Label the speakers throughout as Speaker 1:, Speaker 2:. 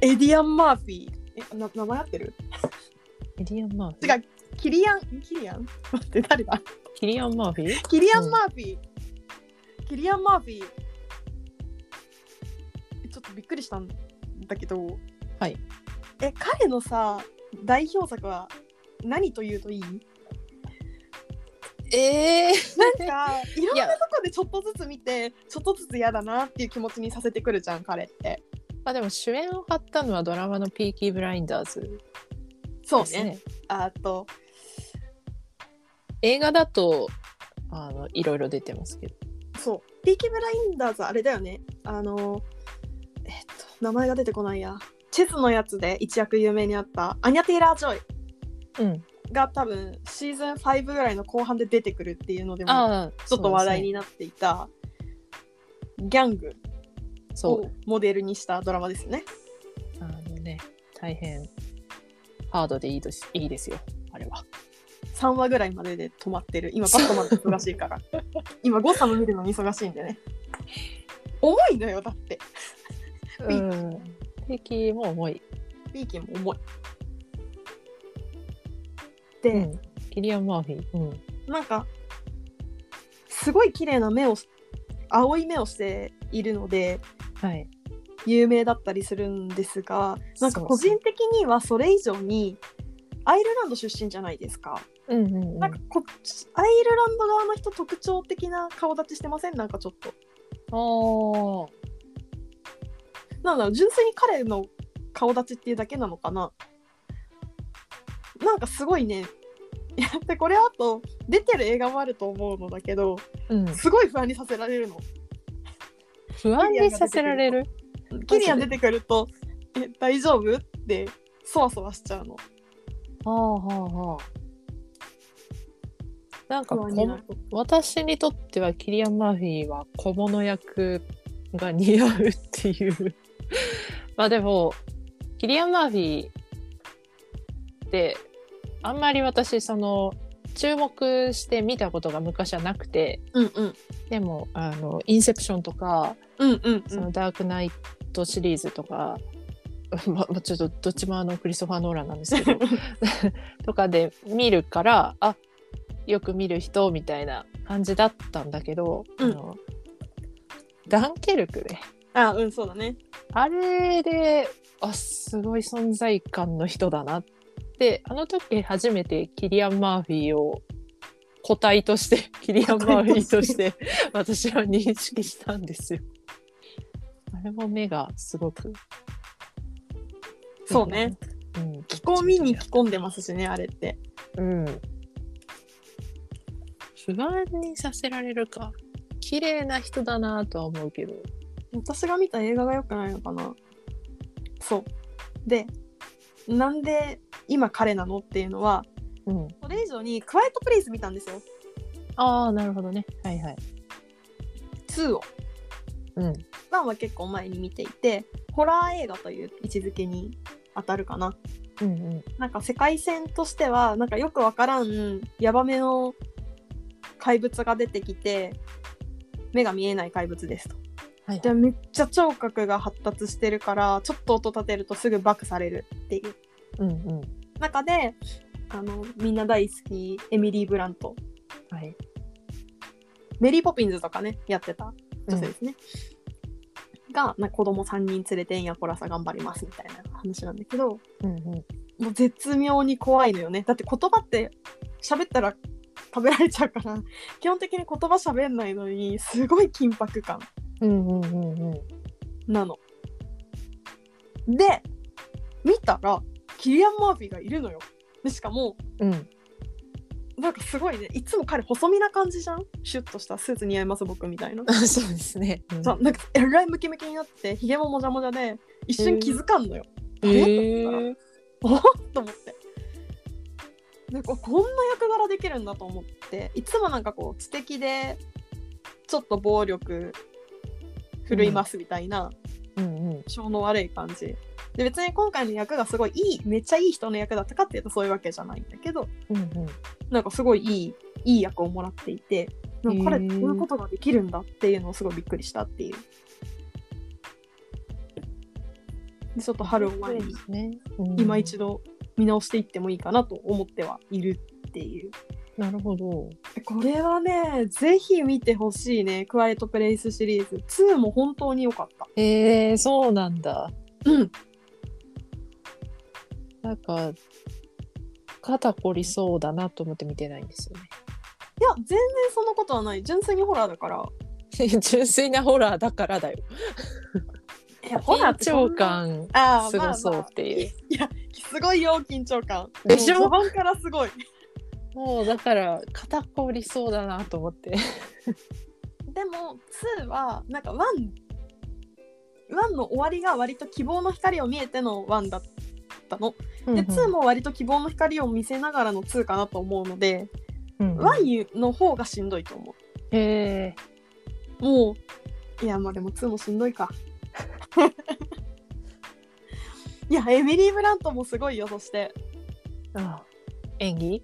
Speaker 1: エディアン・マーフィーえな名前合ってる
Speaker 2: エディアン・マーフィ
Speaker 1: 違
Speaker 2: ー。
Speaker 1: うキリアンキリアン待って誰だ
Speaker 2: キリアン・マーフィー
Speaker 1: キリアン・マーフィー、キリアン・マーフィーえちょっとびっくりしたんだけど
Speaker 2: はい
Speaker 1: え彼のさ代表作は何というといい
Speaker 2: ええ
Speaker 1: なん かいろん
Speaker 2: い
Speaker 1: な
Speaker 2: や
Speaker 1: とこでちょっとずつ見てちょっとずつ嫌だなっていう気持ちにさせてくるじゃん彼って
Speaker 2: まあでも主演を張ったのはドラマの「ピーキー・ブラインダーズ」
Speaker 1: そう
Speaker 2: です
Speaker 1: ね。あと
Speaker 2: 映画だとあのいろいろ出てますけど。
Speaker 1: そうピーキーブラインダーズあれだよねあのえっと名前が出てこないやチェスのやつで一躍有名になったアニャ・テイラー・ジョイ
Speaker 2: うん、
Speaker 1: が多分シーズン5ぐらいの後半で出てくるっていうのでも
Speaker 2: ああ
Speaker 1: ちょっと話題になっていた、ギャング
Speaker 2: そう,、
Speaker 1: をモデルにしたドラマですよね。
Speaker 2: あのね大変ハードでいいですいいですよあれは。
Speaker 1: 3話ぐらいまでで止まってる今バットマンで忙しいから今ゴッサム見るのに忙しいんでね重いのよだって
Speaker 2: うん。敵も重い。
Speaker 1: ピーキーも重いで、
Speaker 2: うん。キリアン・マーフィー。うん。
Speaker 1: なんかすごい綺麗な目を青い目をしているので
Speaker 2: はい。
Speaker 1: 有名だったりするんですがなんか
Speaker 2: そうそう
Speaker 1: 個人的にはそれ以上にアイルランド出身じゃないですか。
Speaker 2: うんうんうん。
Speaker 1: なんかこっちアイルランド側の人特徴的な顔立ちしてませんなんかちょっと。
Speaker 2: おー
Speaker 1: なんだろう純粋に彼の顔立ちっていうだけなのかななんかすごいね。 いやでこれあと出てる映画もあると思うのだけど
Speaker 2: うん、
Speaker 1: すごい不安にさせられるの。
Speaker 2: 不安にさせられる。
Speaker 1: キリアン出てくると「え大丈夫?」ってそわそわしちゃうの。
Speaker 2: はあはあはあ。なんか
Speaker 1: 不
Speaker 2: こ
Speaker 1: 安になる
Speaker 2: 私にとってはキリアン・マーフィーは小物役が似合うっていう まあでもキリアン・マーフィーってあんまり私その注目して見たことが昔はなくて
Speaker 1: うんうん
Speaker 2: でもあの「インセプション」とか
Speaker 1: うんうん
Speaker 2: そのダークナイトシリーズとか、 ままちょっとどっちもあのクリストファー・ノーランなんです けどとかで見るからあよく見る人みたいな感じだったんだけど、
Speaker 1: うん
Speaker 2: あのダンケルクで
Speaker 1: あうんそうだね
Speaker 2: あれであすごい存在感の人だなってあの時初めてキリアン・マーフィーを個体としてキリアン・マーフィーと して私は認識したんですよ。あれも目がすごく。
Speaker 1: そうね。
Speaker 2: うん、
Speaker 1: 着込みに着込んでますしねあれって
Speaker 2: うん。不安にさせられるか。綺麗な人だなとは思うけど。
Speaker 1: 私が見た映画が良くないのかなそうでなんで今彼なのっていうのは
Speaker 2: うん。
Speaker 1: それ以上に「クワイエット・プレイス」見たんですよ
Speaker 2: ああ、なるほどね。はいはい。
Speaker 1: 2を
Speaker 2: うん。
Speaker 1: 1は結構前に見ていてホラー映画という位置づけに当たるかな
Speaker 2: うんうん。
Speaker 1: なんか世界線としてはなんかよくわからんヤバめの怪物が出てきて目が見えない怪物ですと。
Speaker 2: はい
Speaker 1: でめっちゃ聴覚が発達してるからちょっと音立てるとすぐバックされるっていう
Speaker 2: うんうん。
Speaker 1: 中であのみんな大好きエミリー・ブラント
Speaker 2: はい。
Speaker 1: メリー・ポピンズとかねやってた女性ですね、がなんか子供3人連れてんやこらさ頑張りますみたいな話なんだけど、
Speaker 2: うんうん。
Speaker 1: もう絶妙に怖いのよねだって言葉って喋ったら食べられちゃうから 基本的に言葉喋んないのにすごい緊迫感
Speaker 2: うんうんうんうん。
Speaker 1: なの。で見たらキリアン・マーフィーがいるのよ。でしかも
Speaker 2: うん。
Speaker 1: なんかすごいねいつも彼細身な感じじゃんシュッとしたスーツ似合います僕みたいな。
Speaker 2: そうですね。うん
Speaker 1: そうなんかえらいムキムキになってひげももじゃもじゃで一瞬気づかんのよ。
Speaker 2: え
Speaker 1: え
Speaker 2: ー、
Speaker 1: と思って なんかこんな役柄できるんだと思っていつもなんかこう知的でちょっと暴力振るいますみたいな
Speaker 2: うんうん。
Speaker 1: 性の悪い感じ、で別に今回の役がすごいいいめっちゃいい人の役だったかっていうとそういうわけじゃないんだけど
Speaker 2: うんうん。
Speaker 1: なんかすごいいいいい役をもらっていてなんか彼
Speaker 2: へ
Speaker 1: こ
Speaker 2: ー
Speaker 1: ういうことができるんだっていうのをすごいびっくりしたっていう。でちょっと春を前に
Speaker 2: そうですね。うん
Speaker 1: 今一度見直していってもいいかなと思ってはいるっていう
Speaker 2: なるほど。
Speaker 1: これはねぜひ見てほしいね「クワイエット・プレイス」シリーズ2も本当に良かった
Speaker 2: えー、そうなんだ。
Speaker 1: うん
Speaker 2: なんか、肩こりそうだなと思って見てないんですよね。
Speaker 1: いや全然そんなことはない純粋にホラーだから
Speaker 2: 純粋なホラーだから だよ。
Speaker 1: いや
Speaker 2: 緊張
Speaker 1: 感
Speaker 2: 感
Speaker 1: ああ
Speaker 2: すごそうっていう。
Speaker 1: いやすごいよ緊張感
Speaker 2: でしょ
Speaker 1: もう序盤からすごい
Speaker 2: もうだから肩こりそうだなと思って。
Speaker 1: でも2はなんか1ワンの終わりが割と希望の光を見えての1だったの、で2も割と希望の光を見せながらの2かなと思うので、
Speaker 2: うんうん
Speaker 1: 1の方がしんどいと思
Speaker 2: へえ
Speaker 1: うもういやまあでも2もしんどい かいやエミリー・ブラントもすごいよそして
Speaker 2: あ演技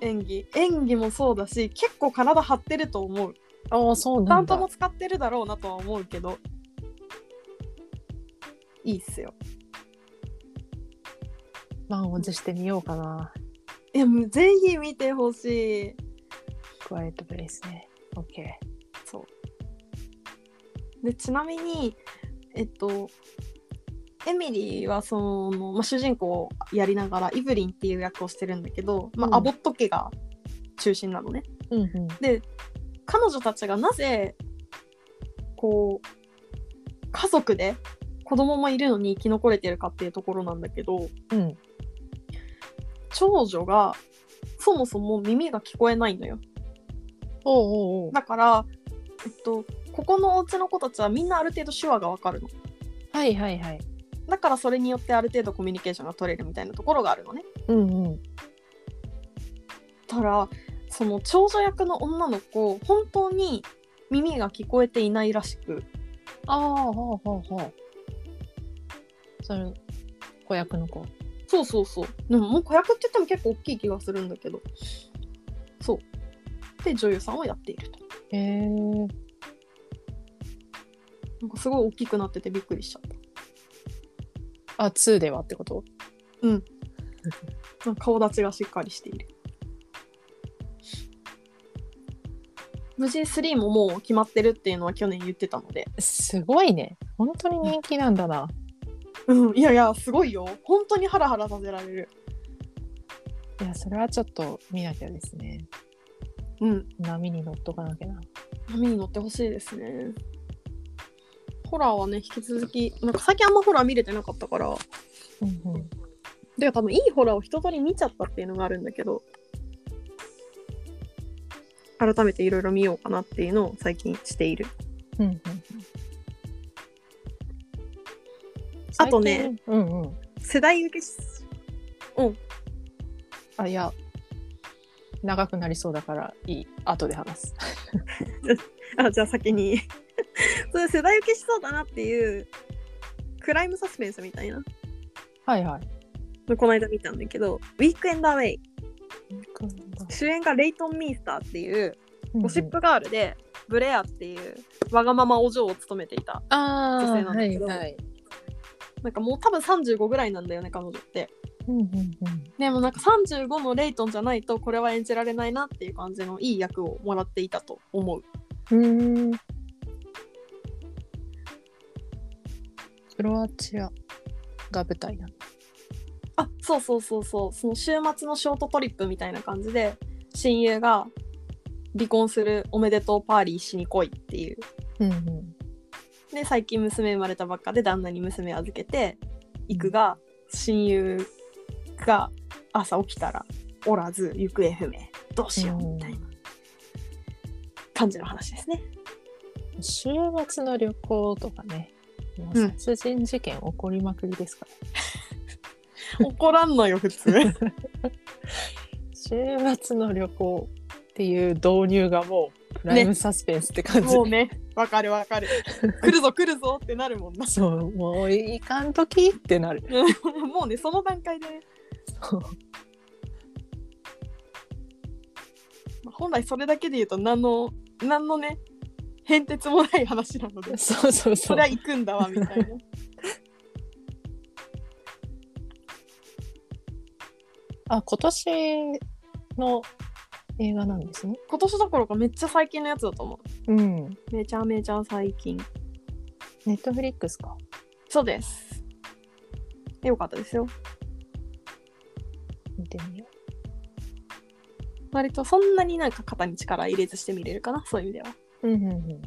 Speaker 1: 演技演技もそうだし結構体張ってると思う
Speaker 2: ああそう
Speaker 1: タ
Speaker 2: なん
Speaker 1: ン
Speaker 2: だ
Speaker 1: トも。使ってるだろうなとは思うけどいいっすよ
Speaker 2: 満を持してみようかな。
Speaker 1: いやもうぜひ見てほしい
Speaker 2: クワイエットプレイスね。オッケ
Speaker 1: でちなみにえっとエミリーはその、まあ、主人公をやりながらイブリンっていう役をしてるんだけど、まあ
Speaker 2: うん
Speaker 1: アボット家が中心なのね
Speaker 2: ー。うんうん。
Speaker 1: で彼女たちがなぜこう家族で子供もいるのに生き残れてるかっていうところなんだけど、
Speaker 2: うん。
Speaker 1: 長女がそもそも耳が聞こえないのよ
Speaker 2: おうおうおう。
Speaker 1: だからえっとここのお家の子たちはみんなある程度手話がわかるの
Speaker 2: はいはいはい。
Speaker 1: だからそれによってある程度コミュニケーションが取れるみたいなところがあるのね
Speaker 2: うんうん。
Speaker 1: たらその長女役の女の子本当に耳が聞こえていないらしく
Speaker 2: ああほうほうほう。それ子役の子。
Speaker 1: そうそうそうでももう子役って言っても結構大きい気がするんだけどそうで女優さんをやっていると
Speaker 2: へえ。
Speaker 1: なんかすごい大きくなっててびっくりしちゃった
Speaker 2: あ2ではってこと
Speaker 1: なんか顔立ちがしっかりしている。無事3ももう決まってるっていうのは去年言ってたので、
Speaker 2: すごいね。本当に人気なんだな。
Speaker 1: うん、いやいや、すごいよ。本当にハラハラさせられる。
Speaker 2: いやそれはちょっと見なきゃですね。
Speaker 1: うん、
Speaker 2: 波に乗っとかなきゃな。
Speaker 1: 波に乗ってほしいですね。ホラーはね、引き続き、なんか最近あんまホラー見れてなかったから、
Speaker 2: うんうん。
Speaker 1: で、多分いいホラーを一通り見ちゃったっていうのがあるんだけど、改めていろいろ見ようかなっていうのを最近している。
Speaker 2: うんうん、
Speaker 1: あとね、
Speaker 2: うんうん、
Speaker 1: 世代受けし、
Speaker 2: あいや長くなりそうだからいい後で話す
Speaker 1: あじゃあ先に そういう世代受けしそうだなっていうクライムサスペンスみたいな
Speaker 2: はいはい
Speaker 1: のこの間見たんだけど「ウィークエンダーウェイ」主演がレイトン・ミースターっていうゴシップガールで、ブレアっていうわがままお嬢を務めていた
Speaker 2: あ
Speaker 1: 女性な
Speaker 2: ー
Speaker 1: ん
Speaker 2: は
Speaker 1: だけ
Speaker 2: い
Speaker 1: ど
Speaker 2: はい、
Speaker 1: なんかもう多分35ぐらいなんだよね彼女って
Speaker 2: うんうんうん、
Speaker 1: でもなんか35のレイトンじゃないとこれは演じられないなっていう感じのいい役をもらっていたと思う
Speaker 2: うん。クロアチアが舞台なの。
Speaker 1: あそうそうそうそうその週末のショートトリップみたいな感じで親友が離婚するおめでとうパーリーしに来いっていう
Speaker 2: うんうん。
Speaker 1: で最近娘生まれたばっかで旦那に娘預けて行くが親友が朝起きたらおらず行方不明どうしようみたいな感じの話ですね
Speaker 2: 週末の旅行とかね。もう
Speaker 1: うん
Speaker 2: 殺人事件起こりまくりですから、
Speaker 1: 怒らんのよ普 通
Speaker 2: 週末の旅行っていう導入がもうクライムサスペンスって感じ、
Speaker 1: もうねわかるわかる来るぞ来るぞってなるもんな
Speaker 2: そうもういかんときってなる
Speaker 1: もうねその段階でね
Speaker 2: そう
Speaker 1: まあ本来それだけで言うと何の何のね変哲もない話なので
Speaker 2: そうそうそ
Speaker 1: そうりゃ行くんだわみたいな
Speaker 2: あ、今年の映画なんですね。
Speaker 1: 今年どころかめっちゃ最近のやつだと思
Speaker 2: うん。
Speaker 1: うめちゃめちゃ最近
Speaker 2: ネットフリックスか。
Speaker 1: そうですでよかったですよ
Speaker 2: 見てみよ
Speaker 1: 割とそんなになんか肩に力入れずして見れるかなそういう意味では
Speaker 2: う。うんうんうん。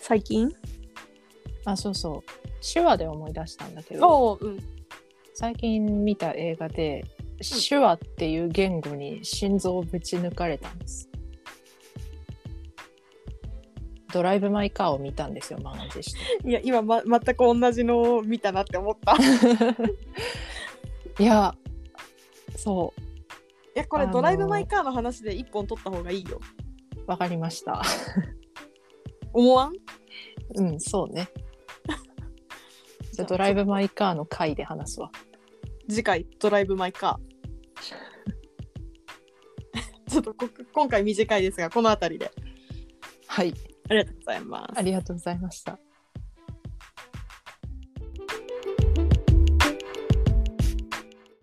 Speaker 1: 最近
Speaker 2: あ、そうそう。手話で思い出したんだけど、
Speaker 1: おおうん
Speaker 2: 最近見た映画で、手話っていう言語に心臓をぶち抜かれたんです。ドライブ・マイ・カーを見たんですよ、満を持して。
Speaker 1: いや今、ま、全く同じのを見たなって思った い
Speaker 2: いや、そ
Speaker 1: やこれ、
Speaker 2: あのー
Speaker 1: ドライブ・マイ・カーの話で一本取った方がいいよ
Speaker 2: う、わかりました。
Speaker 1: 思わん
Speaker 2: うん、そうね。じ
Speaker 1: じゃ
Speaker 2: ゃ
Speaker 1: あ
Speaker 2: あドライブ・マイ・カーの回で話すわ。
Speaker 1: 次回ドライブ・マイ・カ ーちょっとこ今回短いですがこの辺りで
Speaker 2: はい、
Speaker 1: ありがとうございます
Speaker 2: ありがとうございました。